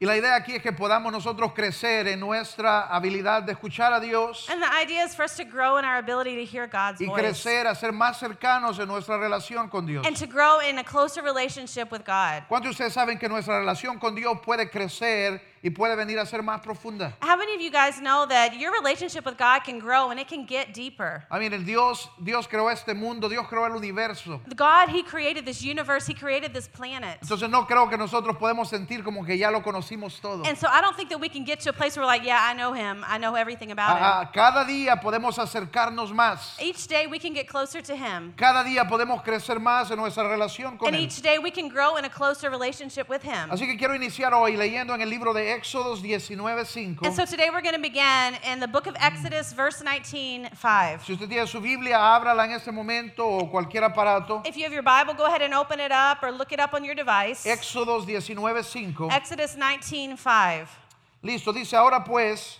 Y la idea aquí es que podamos nosotros crecer en nuestra habilidad de escuchar a Dios And the idea is for us to grow in our ability to hear God's y voice crecer a ser más cercanos en nuestra relación con Dios. and to grow in a closer relationship with God. ¿Cuántos de ustedes saben que nuestra relación con Dios puede crecer y puede venir a ser más profunda? How many of you guys know that your relationship with God can grow and it can get deeper? Ah, miren, Dios, Dios creó este mundo, Dios creó el universo. God, He created this universe, He created this planet. Entonces no creo que nosotros podemos sentir como que ya lo conocimos todo. And so I don't think that we can get to a place where we're like, yeah, I know Him, I know everything about Him. Ah, ah, cada día podemos acercarnos más. Each day we can get closer to Him. Cada día podemos crecer más en nuestra relación con And Él. each day we can grow in a closer relationship with Him. Así que quiero iniciar hoy leyendo en el libro de Éxodos And so 19:5. today we're going to begin in the book of Exodus, verse 19, 5. Si usted tiene su Biblia, ábrala en este momento o cualquier aparato. If you have your Bible, go ahead and open it up or look it up on your device. Éxodos 19:5. Exodus 19, 5. Listo, dice, ahora pues,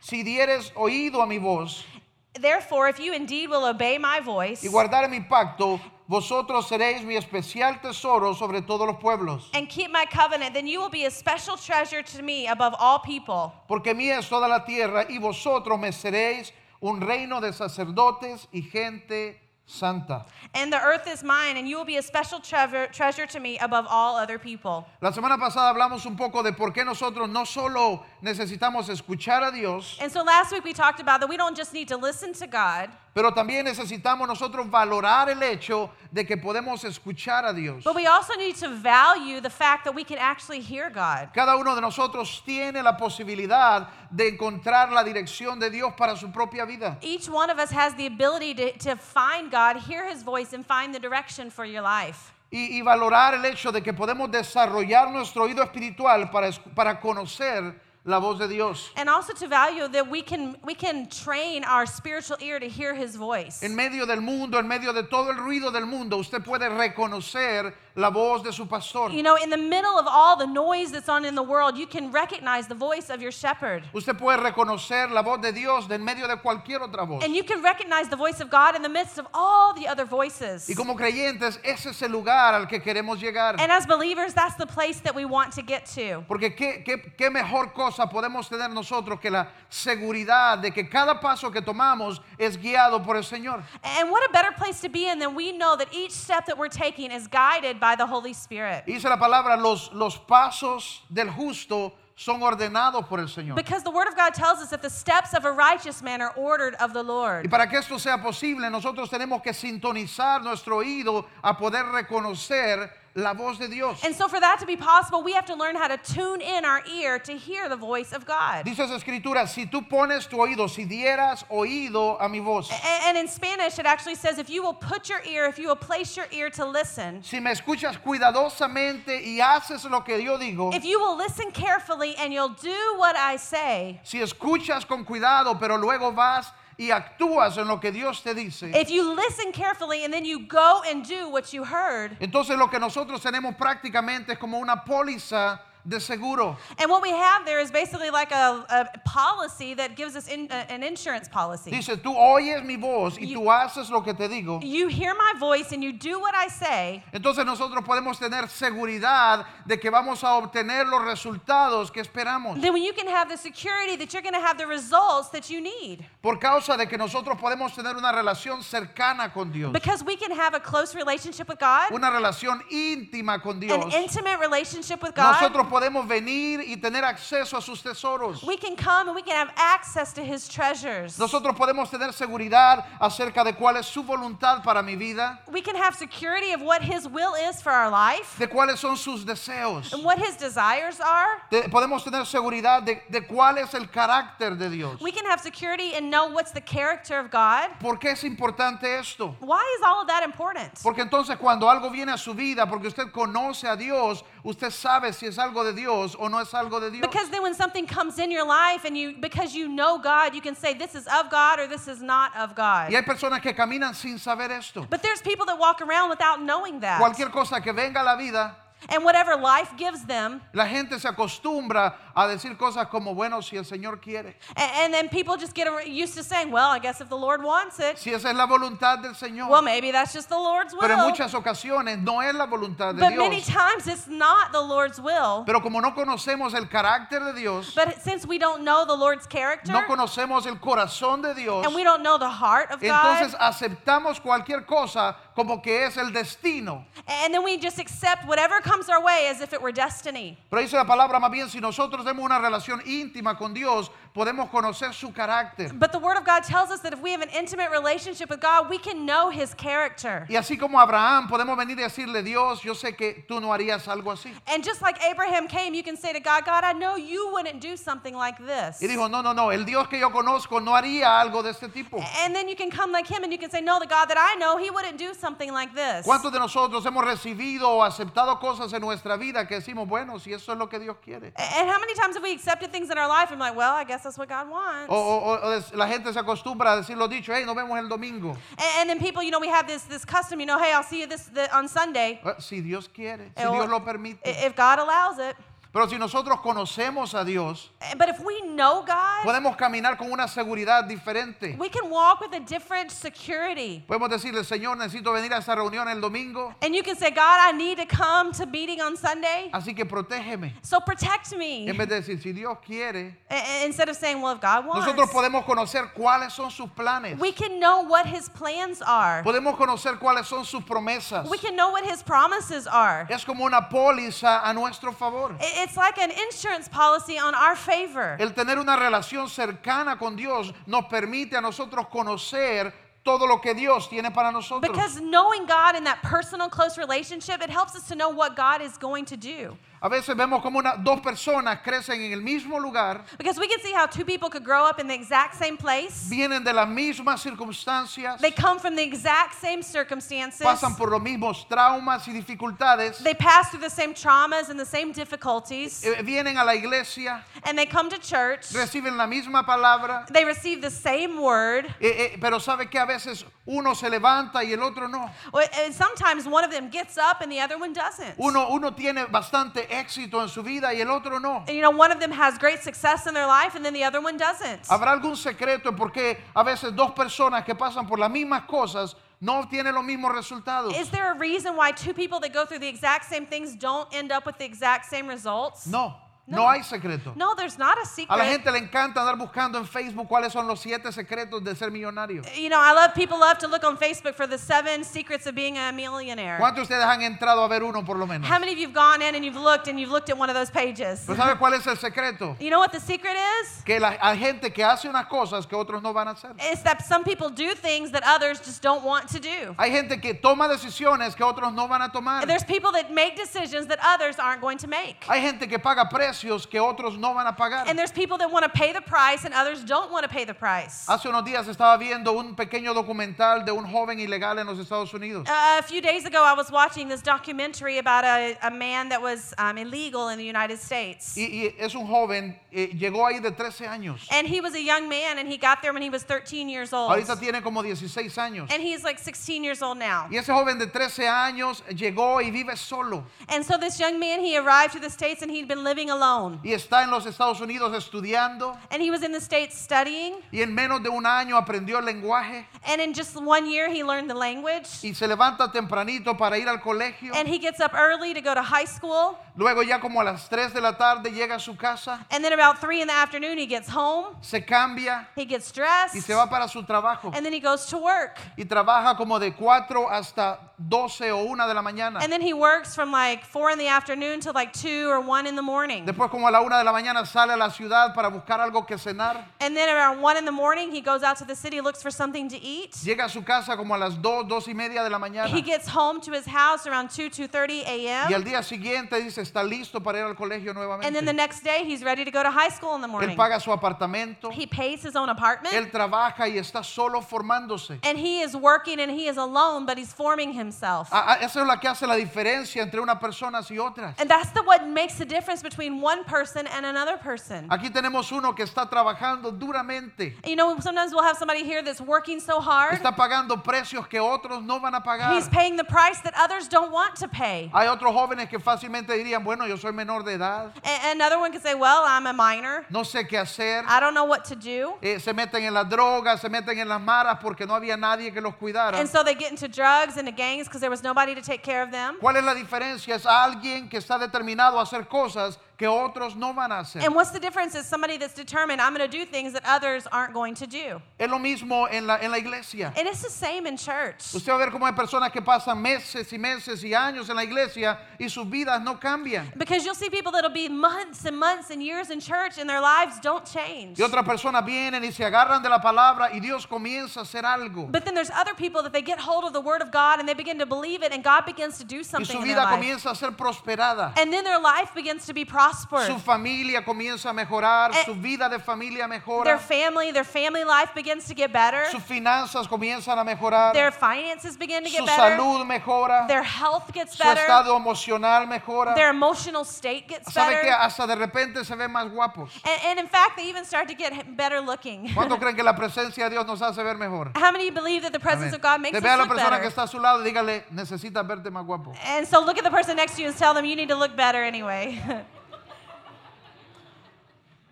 si dieres oído a mi voz Therefore, if you indeed will obey my voice y guardare mi pacto, vosotros seréis mi especial tesoro sobre todos los pueblos. and keep my covenant, then you will be a special treasure to me above all people. Porque mía es toda la tierra y vosotros me seréis un reino de sacerdotes y gente santa. And the earth is mine, and you will be a special treasure, treasure to me above all other people. La semana pasada hablamos un poco de por qué nosotros no solo necesitamos escuchar a Dios, And so last week we talked about that we don't just need to listen to God, pero también necesitamos nosotros valorar el hecho de que podemos escuchar a Dios. but we also need to value the fact that we can actually hear God. Cada uno de nosotros tiene la posibilidad de encontrar la dirección de Dios para su propia vida. Each one of us has the ability to, to find God, hear His voice, and find the direction for your life. Y, y valorar el hecho de que podemos desarrollar nuestro oído espiritual para, escu- para conocer la voz de Dios. And also to value that we can we can train our spiritual ear to hear His voice. En medio del mundo, en medio de todo el ruido del mundo, usted puede reconocer la voz de su pastor. You know, in the middle of all the noise that's on in the world, you can recognize the voice of your shepherd. Usted puede reconocer la voz de Dios de en medio de cualquier otra voz. And you can recognize the voice of God in the midst of all the other voices. Y como creyentes, ese es el lugar al que queremos llegar. And as believers, that's the place that we want to get to. Porque qué, qué- qué mejor cosa podemos tener nosotros que la seguridad de que cada paso que tomamos es guiado por el Señor. And what a better place to be in than we know that each step that we're taking is guided by the Holy Spirit. Dice la palabra, los, los pasos del justo son ordenados por el Señor. Because the Word of God tells us that the steps of a righteous man are ordered of the Y Lord. para que esto sea posible, nosotros tenemos que sintonizar nuestro oído a poder reconocer la voz de Dios. And so, for that to be possible, we have to learn how to tune in our ear to hear the voice of God. Dice esa escritura, si tú pones tu oído, si dieras oído a mi voz, A- And in Spanish, it actually says, if you will put your ear, if you will place your ear to listen, si me escuchas cuidadosamente y haces lo que yo digo, if you will listen carefully and you'll do what I say, Si escuchas con cuidado, pero luego vas y actúas en lo que Dios te dice, if you listen carefully and then you go and do what you heard, entonces lo que nosotros tenemos prácticamente es como una póliza de seguro. and what we have there is basically like a, a policy that gives us in, a- an insurance policy. Dice, tú oyes mi voz y Y- tú haces lo que te digo. You hear my voice and you do what I say, Entonces nosotros podemos tener seguridad de que vamos a obtener los resultados que esperamos. then when you can have the security that you're going to have the results that you need. Por causa de que nosotros podemos tener una relación cercana con Dios. Because we can have a close relationship with God, Una relación íntima con Dios. an intimate relationship with God. Nosotros podemos venir y tener acceso a sus tesoros. We can come and we can have access to his treasures. Nosotros podemos tener seguridad acerca de cuál es su voluntad para mi vida, We can have security of what his will is for our life de cuáles son sus deseos. and what his desires are. Te- podemos tener seguridad de, de cuál es el carácter de Dios. We can have security and know what's the character of God. ¿Por qué es importante esto? Why is all of that important? Porque entonces cuando algo viene a su vida, porque usted conoce a Dios, usted sabe si es algo de Dios o no es algo de Dios. Because then when something comes in your life and you because you know God, you can say this is of God or this is not of Y God. hay personas que caminan sin saber esto. But there's people that walk around without knowing that. Cualquier cosa que venga a la vida, and whatever life gives them. La gente se acostumbra a decir cosas como, bueno, si el Señor quiere, A- And, then people just get ar- used to saying, well, I guess if the Lord wants it, si esa es la voluntad del Señor. well, maybe that's just the Lord's will. Pero en muchas ocasiones no es la voluntad de but many Dios. times it's not the Lord's will. Pero como no conocemos el carácter de Dios, but since we don't know the Lord's character no conocemos el corazón de Dios, and we don't know the heart of entonces God, aceptamos cualquier cosa como que es el destino. and then we just accept whatever comes our way as if it were destiny. Pero dice la palabra más bien, si nosotros tenemos una relación íntima con Dios, podemos conocer su carácter. But the Word of God tells us that if we have an intimate relationship with God, we can know His character. Y así como Abraham, podemos venir y decirle, Dios, yo sé que tú no harías algo así. And just like Abraham came, you can say to God, God, I know you wouldn't do something like this. Y dijo, no, no, no, el Dios que yo conozco no haría algo de este tipo. And then you can come like him and you can say, No, the God that I know, he wouldn't do something like this. ¿Cuántos de nosotros hemos recibido o aceptado cosas en nuestra vida que decimos, bueno, si eso es lo que Dios quiere? And how many times have we accepted things in our life and like, Well, I guess that's what God wants? O, o- o- o des- la gente se acostumbra a decir lo dicho, hey, nos vemos el domingo. And, and then people, you know, we have this, this custom, you know, Hey, I'll see you this the, on Sunday Eh, Si Dios quiere, si Eh, o- Dios lo i- permite. if God allows it. Pero si nosotros conocemos a Dios, Eh, But if we know God, podemos caminar con una seguridad diferente. we can walk with a different security. Podemos decirle, Señor, necesito venir a esa reunión el domingo, And you can say, God, I need to come to meeting on Sunday. así que protégeme. So protect me. En vez de decir, si Dios quiere, I- I- Instead of saying, Well, if God nosotros wants, podemos conocer cuáles son sus planes. we can know what his plans are. Podemos conocer cuáles son sus promesas. We can know what his promises are. Es como una póliza a nuestro favor. I- It's like an insurance policy on our favor. El tener una relación cercana con Dios nos permite a nosotros conocer todo lo que Dios tiene para nosotros. Because knowing God in that personal, close relationship, it helps us to know what God is going to do. a veces vemos como una- dos personas crecen en el mismo lugar, Because we can see how two people could grow up in the exact same place, vienen de las mismas circunstancias, they come from the exact same circumstances, pasan por los mismos traumas y dificultades, they pass through the same traumas and the same difficulties, eh, vienen a la iglesia, and they come to church, reciben la misma palabra, they receive the same word. eh, eh, pero sabe que a veces uno se levanta y el otro no. or- And sometimes one of them gets up and the other one doesn't. Uno, uno tiene bastante éxito en su vida y el otro no. And you know, one of them has great success in their life and then the other one doesn't. ¿Habrá algún secreto en por qué a veces dos personas que pasan por las mismas cosas no obtienen los mismos resultados? Is there a reason why two people that go through the exact same things don't end up with the exact same results? No, no, No. hay secreto. No, there's not a A secret. la gente le encanta andar buscando en Facebook cuáles son los siete secretos de ser millonario. You know, I love people love to look on Facebook for the seven secrets of being a millionaire. ¿Cuántos de ustedes han entrado a ver uno por lo menos? How many of you've gone in and you've looked and you've looked at one of those pages? ¿Pero sabe cuál es el secreto? You know what the secret is? Que la, hay gente que hace unas cosas que otros no van a hacer. It's that some people do things that others just don't want to do. Hay gente que toma decisiones que otros no van a tomar. There's people that make decisions that others aren't going to make. Hay gente que paga precios que otros no van a pagar. And there's people that want to pay the price and others don't want to pay the price. Hace unos días estaba viendo un pequeño documental de un joven ilegal en los Estados Unidos. Uh, a few days ago, I was watching this documentary about a, a man that was um, illegal in the United States. Y, y es un joven, eh, llegó ahí de 13 años. And he was a young man, and he got there when he was 13 years old. Ahorita tiene como 16 años. And he's like 16 years old now. Y ese joven de 13 años llegó y vive solo. And so this young man, he arrived to the States and he'd been living alone. Y está en los Estados Unidos estudiando. And he was in the States studying. Y en menos de un año aprendió el lenguaje. And in just one year, he learned the language. Y se levanta tempranito para ir al colegio. And he gets up early to go to high school. Luego ya como a las 3 de la tarde llega a su casa. And then about 3 in the afternoon, he gets home, Se cambia he gets y dressed, se va para su trabajo. and then he goes to work. Y trabaja como de 4 hasta 12 o 1 de la mañana. And then he works from like four in the afternoon till like two or one in the morning. Después como a la una de la mañana sale a la ciudad para buscar algo que cenar. And then around one in the morning, he goes out to the city, looks for something to eat. Llega a su casa como a las dos, dos y media de la mañana. He gets home to his house around 2, 2.30 Y al a.m. día siguiente dice, está listo para ir al colegio And then the nuevamente. next day, he's ready to go to high school in the Él morning. paga su apartamento, He pays his own apartment. él trabaja y está solo formándose. And he is working and he is alone, but he's forming himself. Ah, ah, Eso es lo que hace la diferencia entre unas personas y otras. And that's the what makes the difference between one person and another person. Aquí tenemos uno que está trabajando duramente. You know, sometimes we'll have somebody here that's working so hard. Está pagando precios que otros no van a pagar. He's paying the price that others don't want to pay. Hay otros jóvenes que fácilmente dirían, bueno, yo soy menor de edad, A- another one could say, Well, I'm a minor. no sé qué hacer. I don't know what to do. Eh, se meten en las drogas, se meten en las maras porque no había nadie que los cuidara. And so they get into drugs, into gangs because there was nobody to take care of them. ¿Cuál es la diferencia? Es alguien que está determinado a hacer cosas que otros no van a hacer. And what's the difference is somebody that's determined, I'm going to do things that others aren't going to do. Es lo mismo en la, en la iglesia. And it's the same in church. Usted va a ver cómo hay personas que pasan meses y meses y años en la iglesia y sus vidas no cambian. Because you'll see people that'll be months and months and years in church and their lives don't change. Y otras personas vienen y se agarran de la palabra y Dios comienza a hacer algo. But then there's other people that they get hold of the word of God and they begin to believe it and God begins to do Y something su in their vida life. comienza a ser prosperada. And then their life begins to be prospered. Su familia comienza a mejorar, Eh, su vida de familia Their mejora, family, their family life begins to get better. sus finanzas comienzan a mejorar, Their finances begin to su get better. salud mejora, Their health gets su better. estado emocional mejora. Their emotional state gets ¿Sabe qué? better. Hasta de repente se ven más guapos. And, and in fact, they even start to get better looking. ¿Cuánto creen que la presencia de Dios nos hace ver mejor? How many believe that the presence Amén. of God makes Te us ve a la look persona que better? está a su lado y dígale, necesitas verte más guapo. And so look at the person next to you and tell them you need to look better anyway.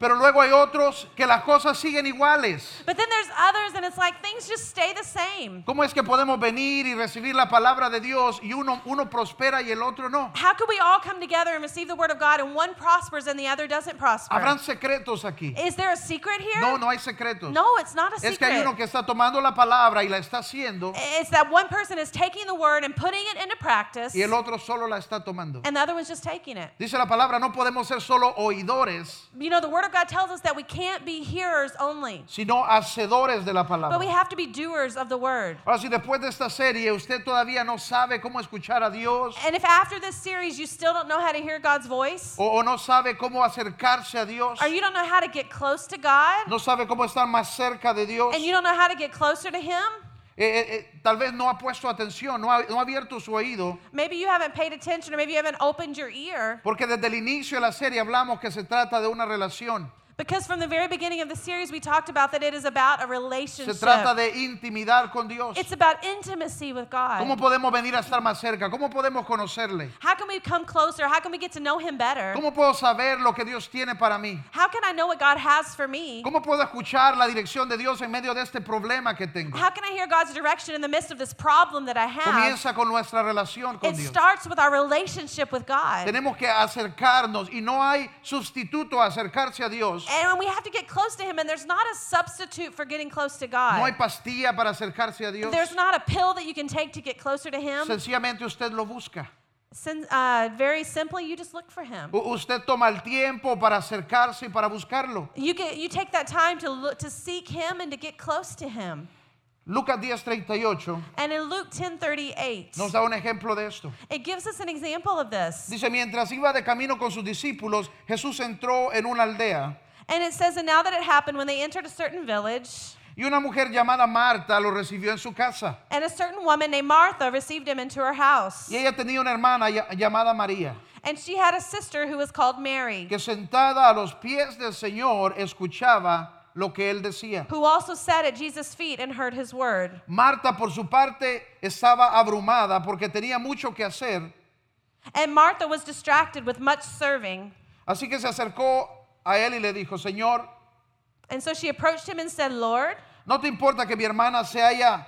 Pero luego hay otros que las cosas siguen iguales. but then there's others, and it's like things just stay the same. ¿Cómo es que podemos venir y recibir la palabra de Dios y uno, uno prospera y el otro no? How could we all come together and receive the word of God and one prospers and the other doesn't prosper? Habrán secretos aquí. Is there a secret here? No, no hay secretos. No, it's not a Es que secret. hay uno que está tomando la palabra y la está haciendo It's that one person is taking the word and putting it into practice, y el otro solo la está tomando. and the other one's just taking it. Dice la palabra, no podemos ser solo oidores, You know, the word of God tells us that we can't be hearers only, sino hacedores de la but we palabra. have to be doers of the word. Ahora, si después de esta serie usted todavía no sabe cómo escuchar a Dios And if after this series you still don't know how to hear God's voice, o, o no sabe cómo acercarse a Dios, or you don't know how to get close to God, no sabe cómo estar más cerca de Dios, and you don't know how to get closer to Him, eh, eh, eh, tal vez no ha puesto atención, no ha, no ha abierto su oído, maybe you haven't paid attention, or maybe you haven't opened your ear, porque desde el inicio de la serie hablamos que se trata de una relación, because from the very beginning of the series we talked about that it is about a se trata relationship. de intimidad con Dios. It's about intimacy with ¿Cómo God. podemos venir a estar más cerca? ¿Cómo podemos conocerle? How can we come closer? How can we get to know Him better? ¿Cómo puedo saber lo que Dios tiene para mí? How can I know what God has for me? ¿Cómo puedo escuchar la dirección de Dios en medio de este problema que tengo? How can I hear God's direction in the midst of this problem that I have? Comienza con nuestra relación con It Dios. starts with our relationship with God. Tenemos que acercarnos y no hay sustituto a acercarse a Dios. And when we have to get close to Him, and there's not a substitute for getting close to No hay God. pastilla para acercarse a Dios. There's not a pill that you can take to get closer to Him. Sencillamente usted lo busca. Sin, uh, very simply, you just look for Him. U- usted toma el tiempo para acercarse y para buscarlo. You get, you take that time to look, to seek Him and to get close to Him. Lucas 10:38 And in Luke 10:38, nos da un ejemplo de esto. it gives us an example of this. Dice, mientras iba de camino con sus discípulos, Jesús entró en una aldea And it says, and now that it happened, when they entered a certain village. y una mujer llamada Marta lo recibió en su casa. And a certain woman named Martha received him into her house. Y ella tenía una hermana ya- llamada María, And she had a sister who was called Mary, que sentada a los pies del Señor escuchaba lo que él decía. who also sat at Jesus' feet and heard his word. Marta, por su parte, estaba abrumada porque tenía mucho que hacer, And Martha was distracted with much serving. así que se acercó a él y le dijo, Señor, And so she approached him and said, Lord, ¿no te importa que mi hermana se haya,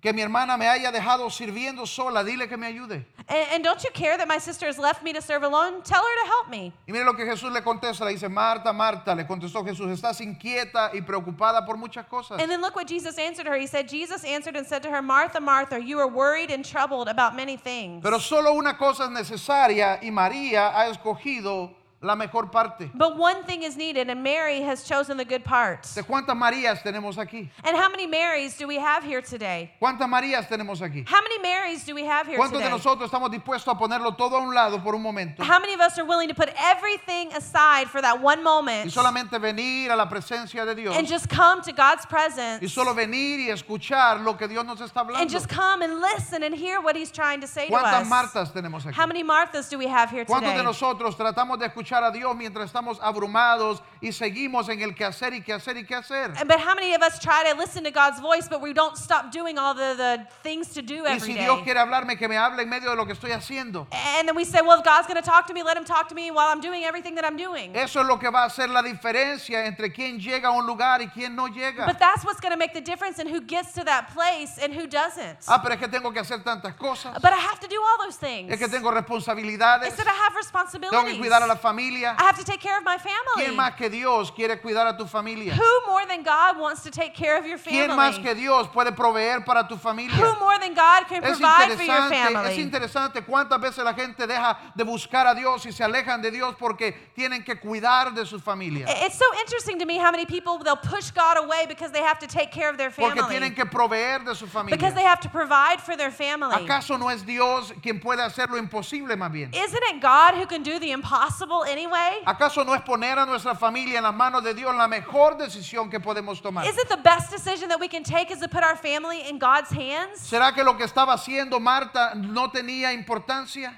que mi hermana me haya dejado sirviendo sola? Dile que me ayude. and, and don't you care that my sister has left me to serve alone? Tell her to help me. Y mire lo que Jesús le contesta, le dice, Marta, Marta, le contestó Jesús, estás inquieta y preocupada por muchas cosas. And then look what Jesus answered her. He said, Jesus answered and said to her, Martha, Martha, you are worried and troubled about many things. Pero solo una cosa es necesaria y María ha escogido la mejor parte. But one thing is needed, and Mary has chosen the good part. ¿De cuántas Marías tenemos aquí? And how many Marys do we have here today? ¿Cuántas Marías tenemos aquí? How many Marys do we have here ¿Cuántos de today? nosotros estamos dispuestos a ponerlo todo a un lado por un momento How many of us are willing to put everything aside for that one y moment solamente venir a la presencia de Dios and just come to God's presence y solo venir y escuchar lo que Dios nos está and hablando? just come and listen and hear what He's trying to say to ¿Cuántas us? Martas tenemos aquí? How many Marthas do we have here ¿Cuántos today? de nosotros tratamos de escuchar a Dios mientras estamos abrumados y seguimos en el quehacer y quehacer y quehacer. And- But how many of us try to listen to God's voice, but we don't stop doing all the, the things to do Y si every Dios day? quiere hablarme, que me hable en medio de lo que estoy haciendo. And then we say, well, if God's going to talk to me, let him talk to me while I'm doing everything that I'm doing. Eso es lo que va a hacer la diferencia entre quién llega a un lugar y quién no llega. But that's what's going to make the difference in who gets to that place and who doesn't. ah, pero es que tengo que hacer tantas cosas. But I have to do all those things. Es que tengo responsabilidades. It's that I have Tengo responsibilities. que cuidar a la familia. I have to take care of my ¿Quién family. más que Dios quiere cuidar a tu familia? Who more than God wants to take care of your ¿Quién más family? que Dios puede proveer para tu familia? Who more than God can Es provide for your interesante, es family? interesante cuántas veces la gente deja de buscar a Dios y se alejan de Dios porque tienen que cuidar de su familia. I- It's so interesting to me how many people they'll push God away because they have to take care of their Porque tienen family. que proveer de su Because they familia. have to provide for their family. Eh. ¿Acaso no es Dios quien puede hacer lo imposible más bien? Isn't it God who can do the impossible anyway? ¿Acaso no es poner a nuestra familia en las manos de Dios la mejor decisión que podemos tomar? Isn't the best decision that we can take is to put our family in God's hands? ¿Será que lo que estaba haciendo Marta no tenía importancia?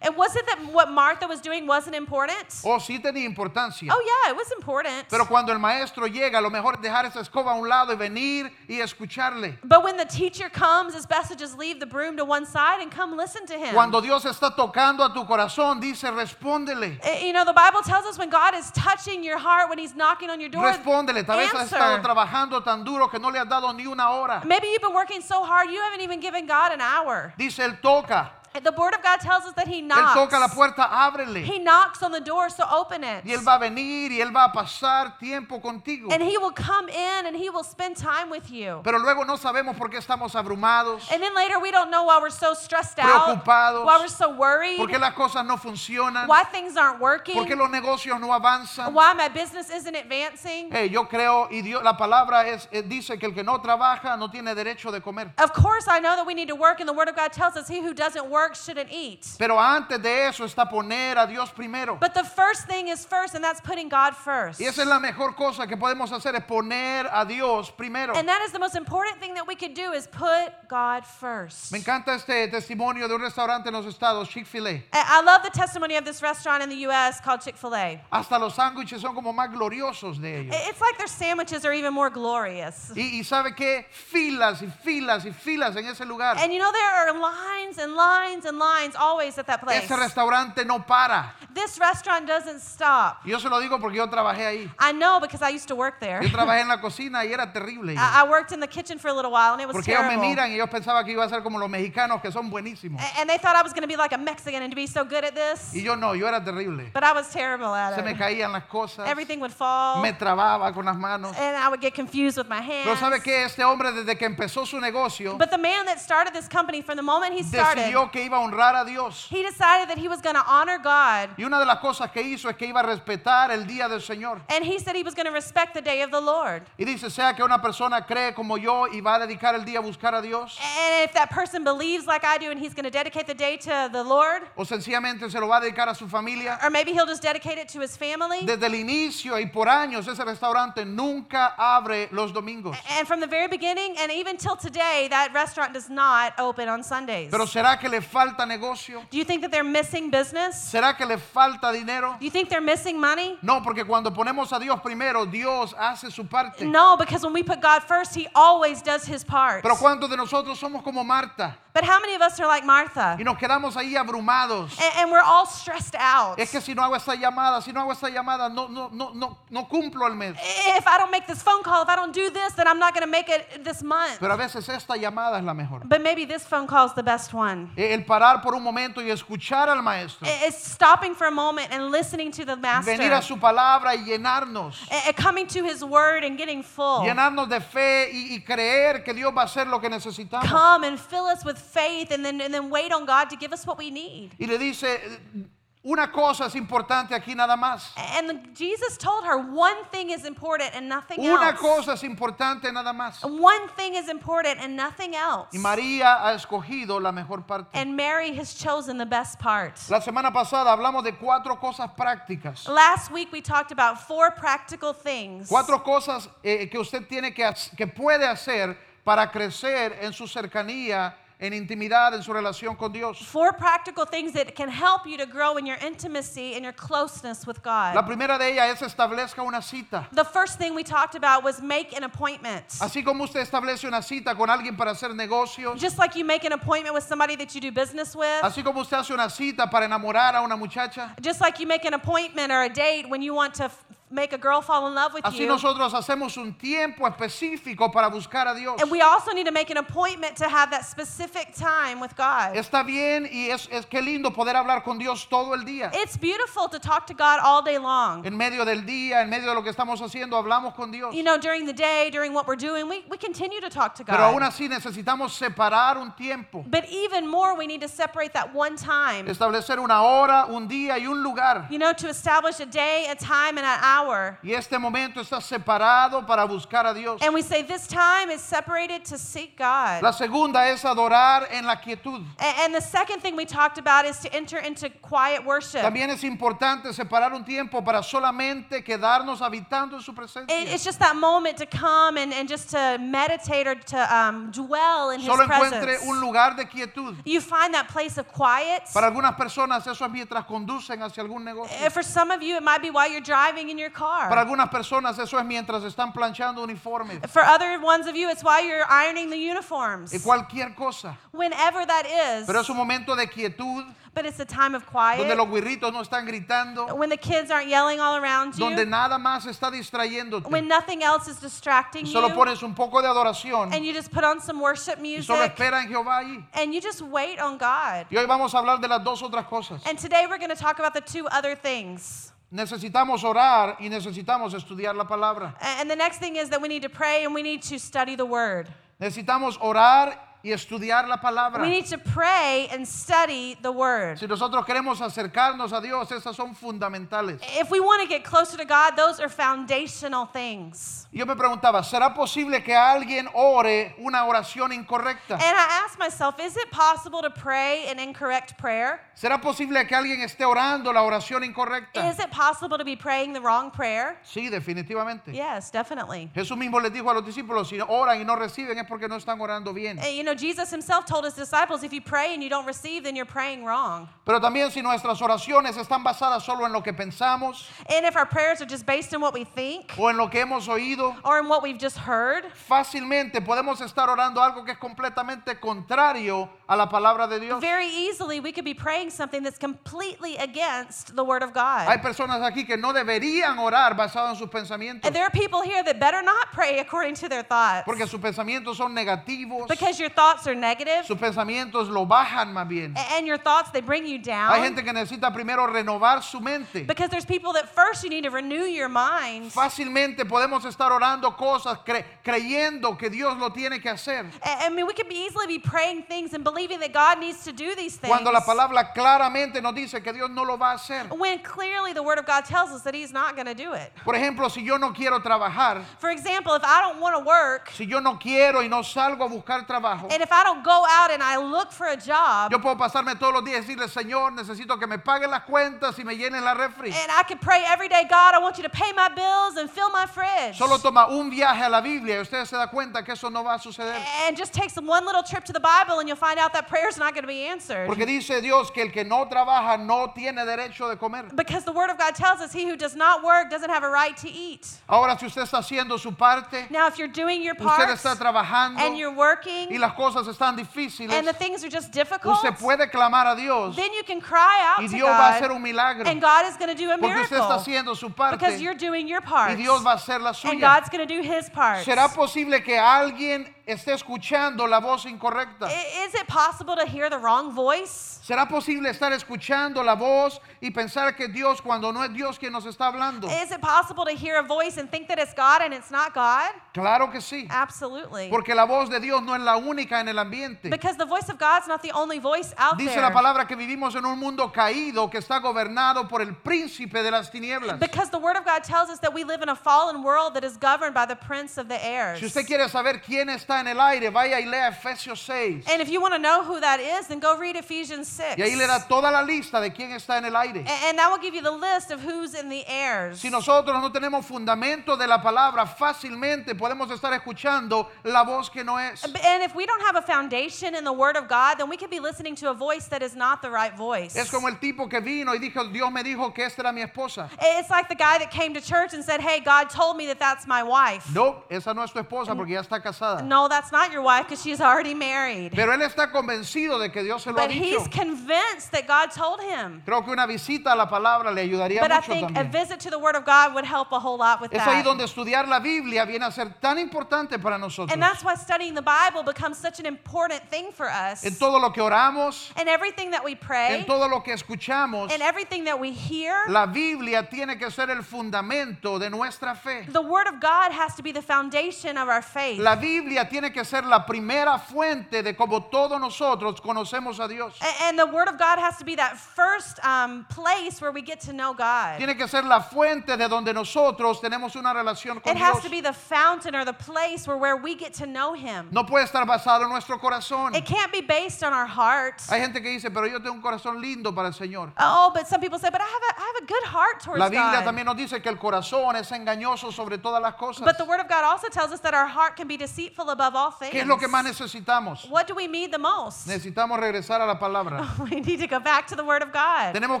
And was it that what Martha was doing wasn't important? ¿O sí tenía importancia? Oh, yeah, it was important. Oh, Pero cuando el maestro llega, lo mejor es dejar esa escoba a un lado y venir y escucharle. But when the teacher comes, it's best to just leave the broom to one side and come listen to him. Cuando Dios está tocando a tu corazón, dice, respóndele. Eh, You know, the Bible tells us when God is touching your heart, when he's knocking on your door, Respóndele. Tal vez has estado answer. trabajando tan duro que no le has dado ni una hora. Maybe you've been working so hard, you haven't even given God an hour. Dice, Él toca. The Word of God tells us that he Él toca la knocks. puerta, ábrele. He knocks on the door, so open it. Y Él va a venir y Él va a pasar tiempo contigo. And he will come in and he will spend time with you. Pero luego no sabemos por qué estamos abrumados, And then later we don't know why we're so stressed out, Preocupados. why we're so worried, por qué las cosas no funcionan, why things aren't por qué working, los negocios no avanzan. why my business isn't advancing. Eh, yo creo, y Dios, la palabra es, eh, dice que el que no trabaja no tiene derecho de comer. Of course, I know that we need to work, and the Word of God tells us he who doesn't work shouldn't eat. Pero antes de eso está poner a Dios primero. But the first thing is first, and that's putting God first. Y esa es la mejor cosa que podemos hacer, es poner a Dios primero. And that is the most important thing that we could do is put God first. Me I encanta este testimonio de un restaurante en los estados, Chick-fil-A. I love the testimony of this restaurant in the U.S. called Chick Fil A. Hasta los sándwiches son como más gloriosos de ellos. It's like their sandwiches are even more glorious. Y, y sabe qué, filas y filas y filas en ese lugar. And you know there are lines and lines and lines always at that place. Ese restaurante no para. This restaurant doesn't stop. Yo se lo digo porque yo trabajé ahí. I know because I used to work there. Yo trabajé en la cocina y era terrible. I, I worked in the kitchen for a little while, and it Ah, was Porque ellos me terrible. Eh. miran y ellos pensaban que iba a ser como los mexicanos que son buenísimos. A- And they thought I was going to be like a Mexican and to be so good at this. Y yo no, yo era terrible. But I was terrible at Se me it. caían las cosas. Everything would fall, Me and trababa con las manos. I would get confused with my Pero sabe hands. que este hombre desde que empezó su negocio But the man that started this company, from the moment he started, decidió que iba a honrar a Dios. he decided that he was going to honor God. Y una de las cosas que hizo es que iba a respetar el día del Señor. And he said he was going to respect the day of the Lord. Y dice, sea que una persona cree como yo y va a dedicar el día a buscar a Dios, And if that person believes like I do and he's going to dedicate the day to the Lord, o sencillamente se lo va a dedicar a su familia, or maybe he'll just dedicate it to his family. desde el inicio y por años ese restaurante nunca abre los domingos. And from the very beginning and even till today, that restaurant does not open on Sundays. Pero ¿será que le falta negocio? Do you think that they're missing business? ¿Será que le falta dinero? Do you think they're missing money? No, porque cuando ponemos a Dios primero, Dios hace su parte. No, because when we put God first, He always does His part. Pero ¿cuántos de nosotros somos como Marta But how many of us are like Martha? y nos quedamos ahí abrumados? A- and we're all stressed out. Es que si no hago esta llamada, si no hago esta llamada, no, no, no, no, no cumplo el mes. if I don't make this phone call, if I don't do this, then I'm not going to make it this month. Pero a veces esta llamada es la mejor. But maybe this phone call is the best one. Eh, El parar por un momento y escuchar al maestro. I- It's stopping for a moment and listening to the Eh, Master. Eh, Venir a su palabra y llenarnos. A- a coming to His Word and getting full. Llenarnos de fe y, y creer que Dios va a hacer lo que necesitamos. Come and fill us with faith and then, and then wait on God to give us what we need. Y le dice, "Eh, una cosa es importante aquí nada más. And Jesus told her one thing is important and nothing Una else. cosa es importante nada más. One thing is important and nothing else. Y María ha escogido la mejor parte. And Mary has chosen the best part. La semana pasada hablamos de cuatro cosas prácticas. Last week we talked about four practical things. Cuatro cosas eh, que usted tiene que, hac- que puede hacer para crecer en su cercanía en intimidad, en su relación con Dios. Four practical things that can help you to grow in your intimacy and your closeness with La God. primera de ellas es establezca una cita. The first thing we talked about was make an appointment. Así como usted establece una cita con alguien para hacer negocios, Just like you make an appointment with somebody that you do business with, así como usted hace una cita para enamorar a una muchacha, just like you make an appointment or a date when you want to f- make a girl fall in love with así you. nosotros hacemos un tiempo específico para buscar a Dios. And we also need to make an appointment to have that specific time with God. Está bien y es, es que lindo poder hablar con Dios todo el día. It's beautiful to talk to God all day long. En medio del día, en medio de lo que estamos haciendo, hablamos con Dios. You know, during the day, during what we're doing, we, we continue to talk to Pero aún God. así necesitamos separar un tiempo, But even more, we need to separate that one time, establecer una hora, un día y un lugar. you know, to establish a day, a time, and an hour. Y este momento está separado para buscar a Dios. And we say this time is separated to seek God. La segunda es adorar en la quietud. A- And the second thing we talked about is to enter into quiet worship. También es importante separar un tiempo para solamente quedarnos habitando en su It- it's presencia. just that moment to come and, and just to meditate or to um, dwell in His Solo encuentre presence. un lugar de quietud. You find that place of quiet. Para algunas personas eso es mientras conducen hacia algún negocio. Uh, For some of you, it might be while you're driving in your Para car. algunas personas eso es mientras están planchando uniformes For other ones of you, it's while you're ironing the uniforms. y cualquier cosa. Whenever that is. Pero es un momento de quietud But it's a time of donde quiet. los guirritos no están gritando, When the kids aren't yelling all around donde you. nada más está distrayéndote. When nothing else is distracting Solo you. pones un poco de adoración And you just put on some worship y solo music. espera en Jehová allí. And you just wait on God. Y hoy vamos a hablar de las dos otras cosas. And today we're going to talk about the two other things. Necesitamos orar y necesitamos estudiar la palabra. A- And the next thing is that we need to pray and we need to study the word. Necesitamos orar y estudiar la palabra. We need to pray and study the word. Si nosotros queremos acercarnos a Dios, esas son fundamentales. If we want to get closer to God, those are foundational things. Y Yo me preguntaba, ¿será posible que alguien ore una oración incorrecta? And I ask myself, is it possible to pray an incorrect prayer? ¿Será posible que alguien esté orando la oración incorrecta? Is it possible to be praying the wrong prayer? Sí, definitivamente. Yes, definitely. Jesús mismo les dijo a los discípulos, si oran y no reciben es porque no están orando bien. And, you know, Jesus himself told his disciples, if you pray and you don't receive, then you're praying wrong. Pero también si nuestras oraciones están basadas solo en lo que pensamos And if our prayers are just based on what we think o en lo que hemos oído, or in what we've just heard, fácilmente podemos estar orando algo que es completamente contrario a la palabra de Dios. very easily we could be praying something that's completely against the word of Hay God. personas aquí que no deberían orar basado en sus pensamientos And there are people here that better not pray according to their thoughts. porque sus pensamientos son negativos, Because your thoughts are negative, sus pensamientos lo bajan más bien. a- and your thoughts they bring Hay you down. gente que necesita primero renovar su mente. Because there's people that first you need to renew your mind, a- Fácilmente podemos estar orando cosas cre- creyendo que Dios lo tiene que hacer. I mean, we can be easily be praying things and believing that God needs to do these things. Cuando la palabra claramente nos dice que Dios no lo va a hacer. When clearly the Word of God tells us that He's not going to do it. Por ejemplo, si yo no quiero trabajar, For example, if I don't want to work, si yo no quiero y no salgo a buscar trabajo, and if I don't go out and I look for a job, yo puedo pasarme todos los días y decirle, Señor, necesito que me paguen las cuentas y me llenen la refri. and I could pray every day, God, I want you to pay my bills and fill my fridge. Solo toma un viaje a la Biblia y usted se da cuenta que eso no va a suceder. And just take some one little trip to the Bible, and you'll find out that prayer's not going to be answered. Porque dice Dios que el que no trabaja no tiene derecho de comer. Because the word of God tells us he who does not work doesn't have a right to eat. Ahora si usted está haciendo su parte, Now, if you're doing your usted part está trabajando and you're y working las cosas están difíciles, and the things are just difficult, usted puede clamar a Dios then you can cry out y to Dios va a hacer God un milagro. and God is going to do a Porque usted está miracle haciendo su parte because you're doing your part y Dios va a hacer la and suya. God's going to do his part. ¿Será I- posible que alguien esté escuchando la voz incorrecta? Is it possible to hear the wrong voice? ¿Será posible estar escuchando la voz y pensar que Dios cuando no es Dios quien nos está hablando? Is it possible to hear a voice and think that it's God and it's not God? Claro que sí, Absolutely. porque la voz de Dios no es la única en el ambiente. Because the voice of God's not the only voice out Dice la there. palabra que vivimos en un mundo caído que está gobernado por el príncipe de las tinieblas. Because the Word of God tells us that we live in a fallen world that is governed by the prince of the airs. Si usted quiere saber quién está en el aire, vaya y lea Efesios 6. And if you want to know who that is, then go read Ephesians 6. Y ahí le da toda la lista de quién está en el aire. A- and that will give you the list of who's in the airs. Si nosotros no tenemos fundamento de la palabra, fácilmente podemos estar escuchando la voz que no es. Uh, And if we don't don't have a foundation in the Word of God, then we could be listening to a voice that is not the right voice. Es como el tipo que vino y dijo, Dios me dijo que esta era mi esposa. It's like the guy that came to church and said, Hey, God told me that that's my wife. No, esa no es tu esposa porque ya está casada. No, that's not your wife because she's already married. Pero él está convencido de que Dios se lo ha But dicho. he's convinced that God told him. Creo que una visita a la palabra le ayudaría But I mucho think a también. visit to the Word of God would help a whole lot with Es ahí that. donde estudiar la Biblia viene a ser tan importante para nosotros. And that's why studying the Bible becomes such an important thing for us. En todo lo que oramos, And everything that we en pray, todo lo que escuchamos, and everything that we hear, la Biblia tiene que ser el fundamento de nuestra fe. the Word of God has to be the foundation of our faith. La Biblia tiene que ser la primera fuente de cómo todos nosotros conocemos a Dios. A- And the Word of God has to be that first um, place where we get to know God. Tiene que ser la fuente de donde nosotros tenemos una relación con It has to Dios. be the fountain or the place where, where we get to know Him. No puede estar basado en nuestro corazón. It can't be based on our heart. Hay gente que dice, pero yo tengo un corazón lindo para el Señor. Oh, but some people say, but I have a, I have a good heart towards La Biblia God. también nos dice que el corazón es engañoso sobre todas las cosas. But the Word of God also tells us that our heart can be deceitful above all things. ¿Qué es lo que más necesitamos? what do we need the most? Necesitamos regresar a la palabra. we need to go back to the Word of God. Tenemos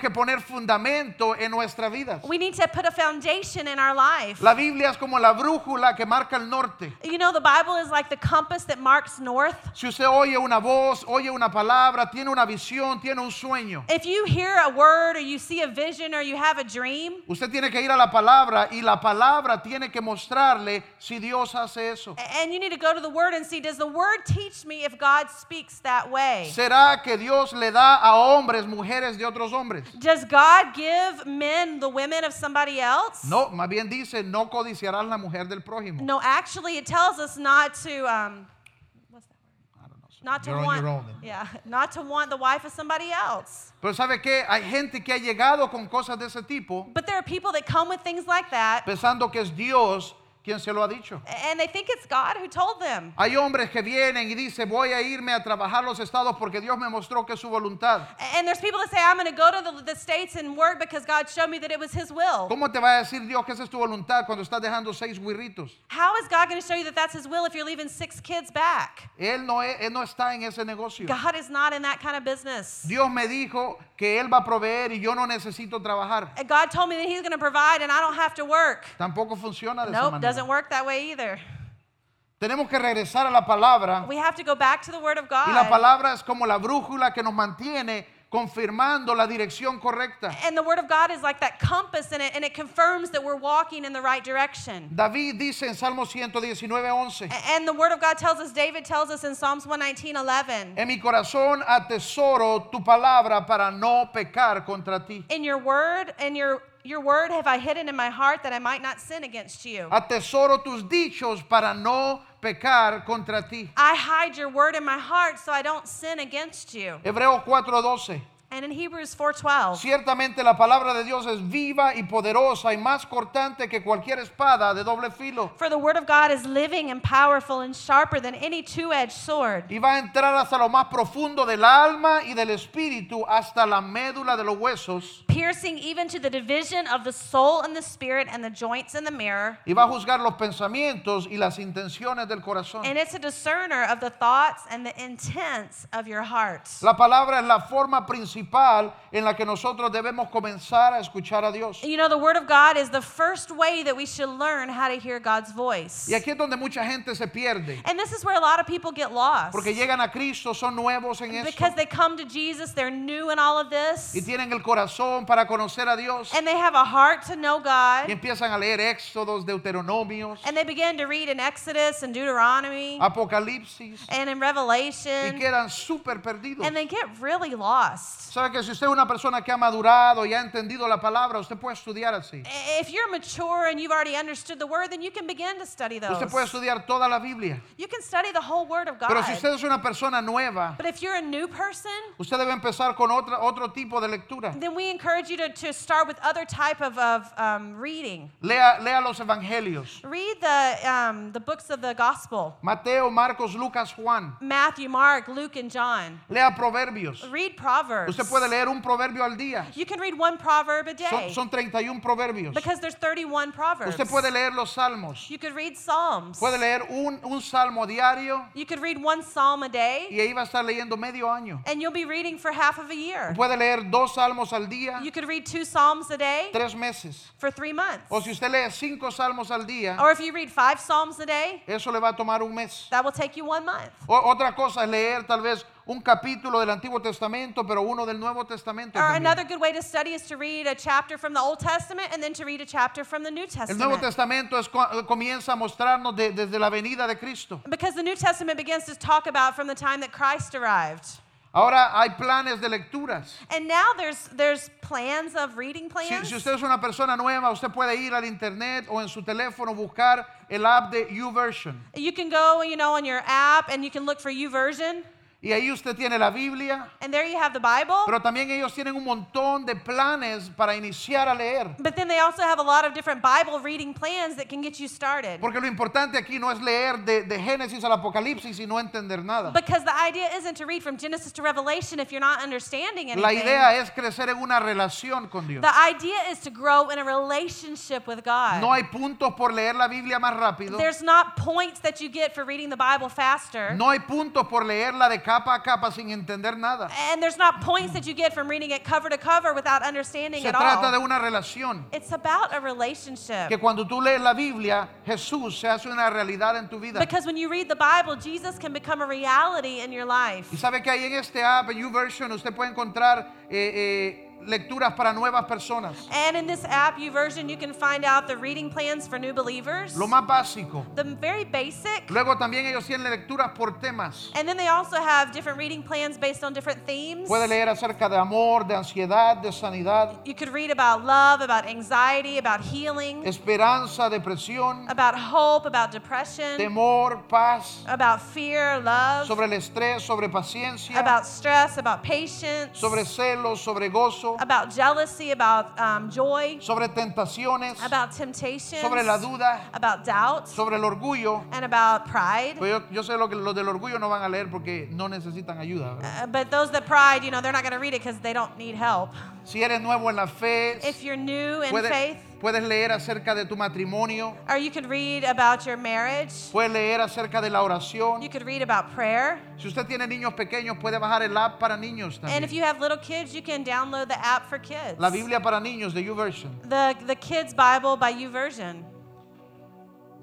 que poner fundamento en nuestra vida. We need to put a foundation in our life. La Biblia es como la brújula que marca el norte. You know, the Bible is like the compass that marks north. Si usted oye una voz, oye una palabra, tiene una visión, tiene un sueño, If you hear a word or you see a vision or you have a dream, usted tiene que ir a la palabra y la palabra tiene que mostrarle si Dios hace eso. a- and you need to go to the Word and see, does the Word teach me if God speaks that way? ¿Será que Dios le da a hombres, mujeres de otros hombres? Does God give men the women of somebody else? No, más bien dice, no codiciarás la mujer del prójimo. No, actually, it tells us not to. Um, what's that word? Not to You're on want. your own then. Yeah, not to want the wife of somebody else. Pero ¿sabe qué? Hay gente que ha llegado con cosas de ese tipo But there are people that come with things like that, pensando que es Dios quien se lo ha dicho. and they think it's God who told them. Hay hombres que vienen y dicen, voy a irme a trabajar los estados porque Dios me mostró que es su voluntad. And there's people that say, I'm going to go to the, the states and work because God showed me that it was His will. ¿Cómo te va a decir Dios que esa es tu voluntad cuando estás dejando seis huirritos? How is God going to show you that that's His will if you're leaving six kids back? Él no, es- él no está en ese negocio. God is not in that kind of business. Dios me dijo que Él va a proveer y yo no necesito trabajar. And God told me that He's going to provide, and I don't have to work. Tampoco funciona de esa Nope, manera. doesn't work that way either. Tenemos que regresar a la palabra. We have to go back to the Word of Y la God. palabra es como la brújula que nos mantiene confirmando la dirección correcta. And the word of God is like that compass in it, and it confirms that we're walking in the right direction. David dice en Salmo 119, 11, A- And the word of God tells us, David tells us in Psalms 119, 11, en mi corazón atesoro tu palabra para no pecar contra ti. in your word, in your your word have I hidden in my heart that I might not sin against you. Atesoro tus dichos para no pecar contra ti. I hide your word in my heart so I don't sin against you. Hebreos 4:12. And in Hebrews 4:12, Ciertamente la palabra de Dios es viva y poderosa y más cortante que cualquier espada de doble filo. for the word of God is living and powerful and sharper than any two-edged sword. Y va a entrar hasta lo más profundo del alma y del espíritu, hasta la médula de los huesos. Piercing even to the division of the soul and the spirit and the joints and the mirror, y va a juzgar los pensamientos y las intenciones del corazón. And it's a discerner of the thoughts and the intents of your heart. La palabra es la forma principal en la que nosotros debemos comenzar a escuchar a Dios. You know, the Word of God is the first way that we should learn how to hear God's voice. Y aquí es donde mucha gente se pierde, And this is where a lot of people get lost. porque llegan a Cristo, son nuevos en esto Because they come to Jesus, they're new in all of y this, tienen el corazón para conocer a Dios and they have a heart to know y God, empiezan a leer Éxodos, Deuteronomios, and they begin to read in Exodus and Deuteronomy Apocalipsis and in Ah. y Revelation, quedan súper perdidos. and they get really lost. Sabe que si usted es una persona que ha madurado y ha entendido la palabra, usted puede estudiar así. I- If you're mature and you've already understood the Word, then you can begin to study those. Usted puede estudiar toda la Biblia. You can study the whole Word of God. Pero si usted es una persona nueva, But if you're a new person, Usted debe empezar con otra, otro tipo de lectura. then we encourage you to, to start with other type of, of um, reading. Lea, lea los evangelios. Read the, um, the books of the gospel. Mateo, Marcos, Lucas, Juan. Matthew, Mark, Luke, and John. Lea proverbios. Read Proverbs. Usted Usted puede leer un proverbio al día. You can read one proverb a Son, day son 31 proverbios. because there's 31 proverbs. Usted puede leer los salmos. You could read Psalms. Puede leer un, un salmo diario You could read one psalm a day y ahí va a estar leyendo medio año. and you'll be reading for half of a year. Puede leer dos salmos al día, You could read two psalms a day tres meses. for three months. O si usted lee cinco salmos al día, Or if you read five psalms a day, eso le va a tomar un mes. that will take you one month. O- otra cosa es leer tal vez un capítulo del Antiguo Testamento, pero uno del Nuevo Testamento. Or también. another good way to study is to read a chapter from the Old Testament and then to read a chapter from the New El Nuevo Testament. Testamento es cua- comienza a mostrarnos de- desde la venida de Cristo. Because the New Testament begins to talk about from the time that Christ arrived. Ahora hay planes de lecturas. And now there's there's plans of reading Si, plans. si usted es una persona nueva, usted puede ir al internet o en su teléfono buscar el app de YouVersion. You can go, you know, on your app and you can look for YouVersion. Y ahí usted tiene la Biblia, And there you have the Bible. pero también ellos tienen un montón de planes para iniciar a leer. But then they also have a lot of different Bible reading plans that can get you started. Porque lo importante aquí no es leer de, de Génesis al Apocalipsis y no entender nada. Because the idea isn't to read from Genesis to Revelation if you're not understanding anything. La idea es crecer en una relación con Dios. The idea is to grow in a relationship with God. No hay puntos por leer la Biblia más rápido. There's not points that you get for reading the Bible faster. No hay puntos por leerla de capa a capa sin entender nada. And there's not points that you get from reading it cover to cover without understanding Se at trata all. de una relación. It's about a relationship. Que cuando tú lees la Biblia, Jesús se hace una realidad en tu vida. Because when you read the Bible, Jesus can become a reality in your life. Y sabe que ahí en este app, en YouVersion, usted puede encontrar eh, eh, lecturas para nuevas personas. And in this app, YouVersion, you can find out the reading plans for new believers. Lo más básico. the very basic. Luego también ellos tienen lecturas por temas. And then they also have different reading plans based on different themes. Puede leer acerca de amor, de ansiedad, de sanidad, You could read about love, about anxiety, about healing, esperanza, depresión, about hope, about depression, temor, paz, about fear, love, sobre el estrés, sobre paciencia, about stress, about patience, sobre celos, sobre gozo, about jealousy, about um, joy, sobre tentaciones, about temptation, sobre la duda, about doubt, sobre el orgullo. and about pride. Pero yo, yo sé lo que los del orgullo no van a leer porque no necesitan ayuda. ¿verdad? Uh, but those that pride, you know, they're not going to read it because they don't need help. Si eres nuevo en la fe, If you're new in puedes, faith, puedes leer acerca de tu matrimonio, or you could read about your marriage. puedes leer acerca de la You oración. could read about prayer. Si usted tiene niños pequeños, puede bajar el app para niños And if también. you have little kids, you can download the app for kids. La Biblia para niños de YouVersion. The, the Kids Bible by YouVersion.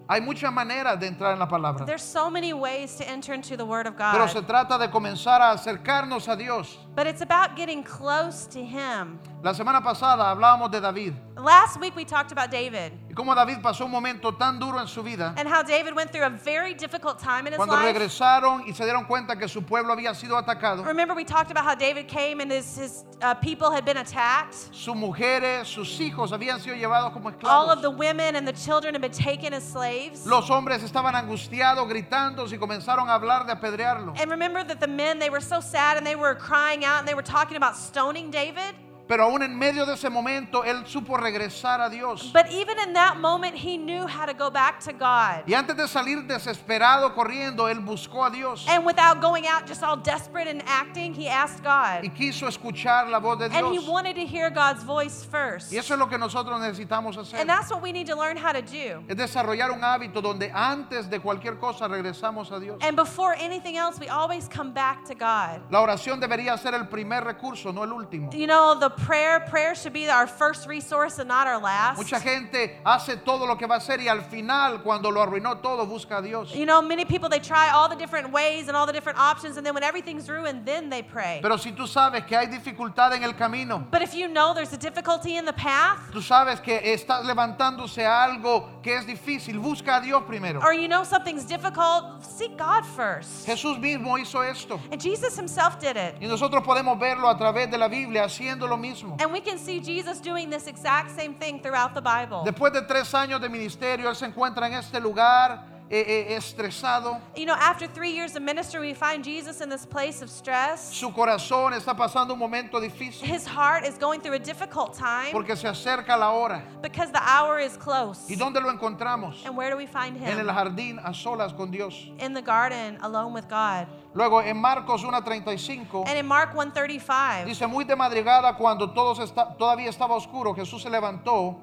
Hay muchas maneras de entrar en la palabra, There's so many ways to enter into the Word of pero se God. trata de comenzar a acercarnos a Dios. But it's about getting close to Him. La semana pasada hablábamos de David Last week we talked about David y cómo David pasó un momento tan duro en su vida and how David went through a very difficult time in his cuando life. regresaron y se dieron cuenta que su pueblo había sido atacado. Remember, we talked about how David came and his, his uh, people had been attacked. Sus mujeres, sus hijos habían sido llevados como All of the esclavos. women and the children had been taken as slaves. Los hombres estaban angustiados, gritando y comenzaron a hablar de apedrearlo. And remember that the men, they were so sad and they were crying out and they were talking about stoning David. Pero aún en medio de ese momento, él supo regresar a Dios. But even in that moment, he knew how to go back to God. Y antes de salir desesperado corriendo, él buscó a Dios And without going out just all desperate and acting, he asked y God. quiso escuchar la voz de And he Dios. wanted to hear God's voice first. Y eso es lo que nosotros necesitamos hacer. And that's what we need to learn how to do. Es desarrollar un hábito donde antes de cualquier cosa regresamos a Dios. And before anything else, we always come back to God. La oración debería ser el primer recurso, no el último. You know, the prayer, prayer should be our first resource and not our last. Mucha gente hace todo lo que va a hacer y al final, cuando lo arruinó todo, busca a Dios. You know, many people, they try all the different ways and all the different options, and then when everything's ruined, then they pray. Pero si tú sabes que hay dificultad en el camino, But if you know there's a difficulty in the path, tú sabes que estás levantándose a algo que es difícil, busca a Dios primero. or you know something's difficult, seek God first. Jesús mismo hizo esto And Jesus himself did it. y nosotros podemos verlo a través de la Biblia haciendo lo mismo. And we can see Jesus doing this exact same thing throughout the Bible. Después de tres años de ministerio, él se encuentra en este lugar eh, eh, estresado, You know, after three years of ministry, we find Jesus in this place of stress. su corazón está pasando un momento difícil His heart is going through a difficult time porque se acerca la hora. because the hour is close. ¿Y dónde lo encontramos? And where do we find En el him? jardín a solas con Dios. In the garden, alone with God. Luego en Marcos 1:35 And in Mark 135, Dice, muy de madrugada, cuando todos esta- todavía estaba oscuro, Jesús se levantó,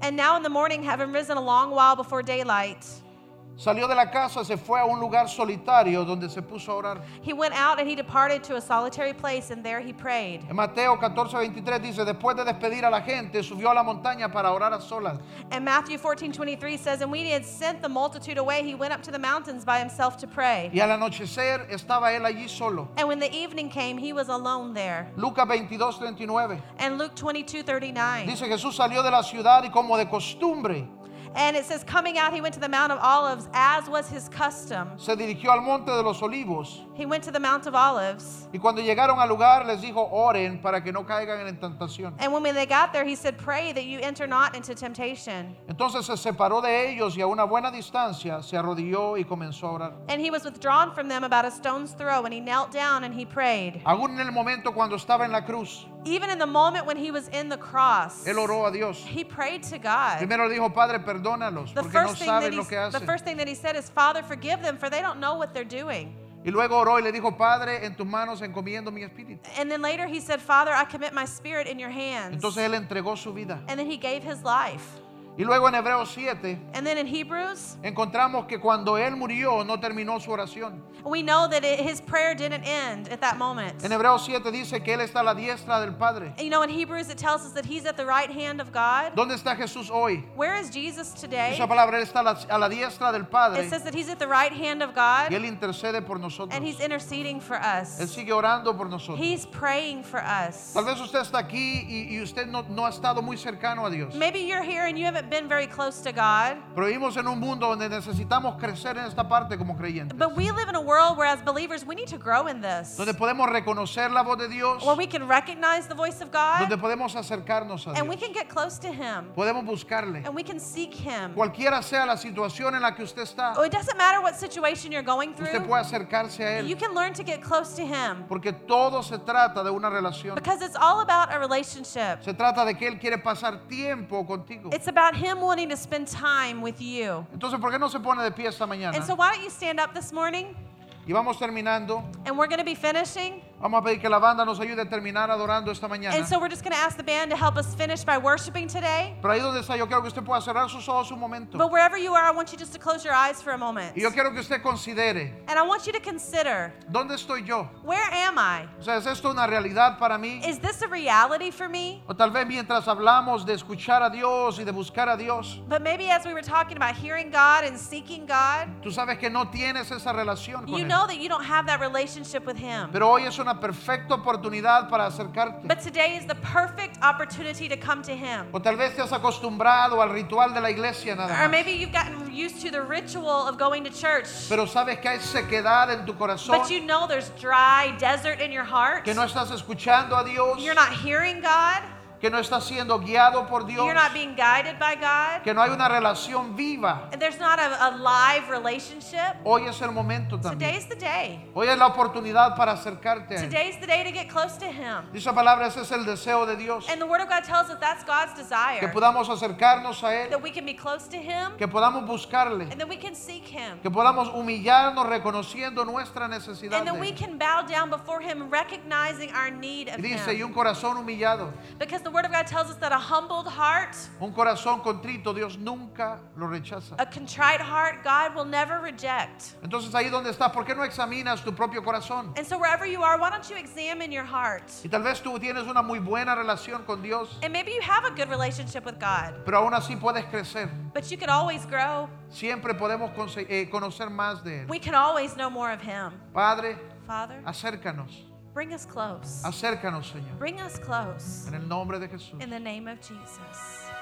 and now in the morning, having risen a long while before daylight, salió de la casa, se fue a un lugar solitario donde se puso a orar. he went out and he departed to a solitary place, and there he prayed. En Mateo 14, 23 dice, después de despedir a la gente, subió a la montaña para orar a solas. And Matthew 14 23 says, And when he had sent the multitude away, he went up to the mountains by himself to pray. Y al anochecer estaba él allí solo. And when the evening came, he was alone there. Lucas 22, 39. And Luke 22 39. Dice, Jesús salió de la ciudad y como de costumbre, And it says, Coming out, he went to the Mount of Olives, as was his custom. se dirigió al monte de los olivos. He went to the Mount of Olives. Y cuando llegaron al lugar, les dijo, oren para que no caigan en tentación. And when they got there, he said, Pray that you enter not into temptation. Entonces se separó de ellos y a una buena distancia se arrodilló y comenzó a orar. And he was withdrawn from them about a stone's throw, and he knelt down and he prayed. Aún en el momento cuando estaba en la cruz, Even in the moment when he was in the cross, él oró a Dios. he prayed to God. Primero le dijo, Padre, perdónalos The porque no first, thing that saben lo que he, the hacen. first thing that he said is, Father, forgive them, for they don't know what they're doing. Y luego oró y le dijo, Padre, en tus manos encomiendo mi espíritu. And then later he said, Father, I commit my spirit in your hands. Entonces él entregó su vida. And then he gave his life. Y luego en Hebreos 7 And then in Hebrews, encontramos que cuando él murió no terminó su oración. we know that it, his prayer didn't end at that moment. En Hebreos 7 dice que él está a la diestra del Padre. You know, in Hebrews, it tells us that he's at the right hand of God. ¿Dónde está Jesús hoy? Where is Jesus today? Esa palabra, él está a la, a la diestra del It Padre says that he's at the right hand of y God él intercede por nosotros. and he's interceding for Él us. sigue orando por nosotros. He's praying for us. Tal vez usted está aquí y, y usted no, no ha estado muy cercano a Dios. Maybe you're here and you haven't been very close to God, Pero vivimos en un mundo donde necesitamos crecer en esta parte como creyentes. but we live in a world where, as believers, we need to grow in this. Donde podemos reconocer la voz de Dios. Where we can recognize the voice of Donde God podemos acercarnos a and we Dios. can get close to Him Podemos buscarle. and we can seek Him. Cualquiera sea la situación en la que usted está, Oh, It doesn't matter what situation you're going usted through, puede acercarse a you Él. can learn to get close to Him Porque todo se trata de una relación. because it's all about a relationship. Se trata de que Él quiere pasar tiempo contigo. It's about Him wanting to spend time with you. Entonces, ¿por qué no se pone de pie esta And mañana? so, why don't you stand up this morning Y vamos terminando. and we're going to be finishing. Vamos a pedir que la banda nos ayude a terminar adorando esta mañana. And so, we're just going to ask the band to help us finish by worshiping today. Pero ahí donde está, yo quiero que usted pueda cerrar sus ojos un momento. But wherever you are, I want you just to close your eyes for a moment. Y yo quiero que usted considere, And I want you to consider ¿dónde estoy yo? where am I? O sea, ¿es esto una realidad para mí? Is this a reality for me? O tal vez mientras hablamos de escuchar a Dios y de buscar a Dios, But maybe as we were talking about hearing God and seeking God, tú sabes que no tienes esa relación con you Él. know that you don't have that relationship with Him. Pero hoy es una perfecta oportunidad para acercarte. But today is the perfect opportunity to come to Him. O tal vez te has acostumbrado al ritual de la iglesia nada Or más. maybe you've gotten used to the ritual of going to church, Pero sabes que hay sequedad en tu corazón, but you know there's dry desert in your heart. que no estás escuchando a Dios, You're not hearing God. que no estás siendo guiado por Dios, You're not being guided by God. que no hay una relación viva. And there's not a, a live relationship. Hoy es el momento también. Today's the day. Hoy es la oportunidad para acercarte a Él. Today's the day to get close to Him. Dice la palabra, ese es el deseo de Dios. And the Word of God tells us that's God's Que desire podamos acercarnos a Él, that we can be close to Him que podamos buscarle, and that we can seek Him. que podamos humillarnos reconociendo nuestra necesidad. And that De we él. can bow down before Him, recognizing our need Y of dice, y Him. un corazón humillado, Because the Word of God tells us that a humbled heart, un corazón contrito, Dios nunca lo rechaza. a contrite heart, God will never reject. Entonces ahí donde estás, ¿por qué no examinas tu propio corazón? And so, wherever you are, why don't you examine your heart? Y tal vez tú tienes una muy buena relación con Dios, And maybe you have a good relationship with God, pero aún así puedes crecer. but you can always grow. Siempre podemos conse- eh, conocer más de Él. We can always know more of Him. Padre, Father, acércanos, bring us close. acércanos, Señor. Bring us close. En el nombre de Jesús. In the name of Jesus.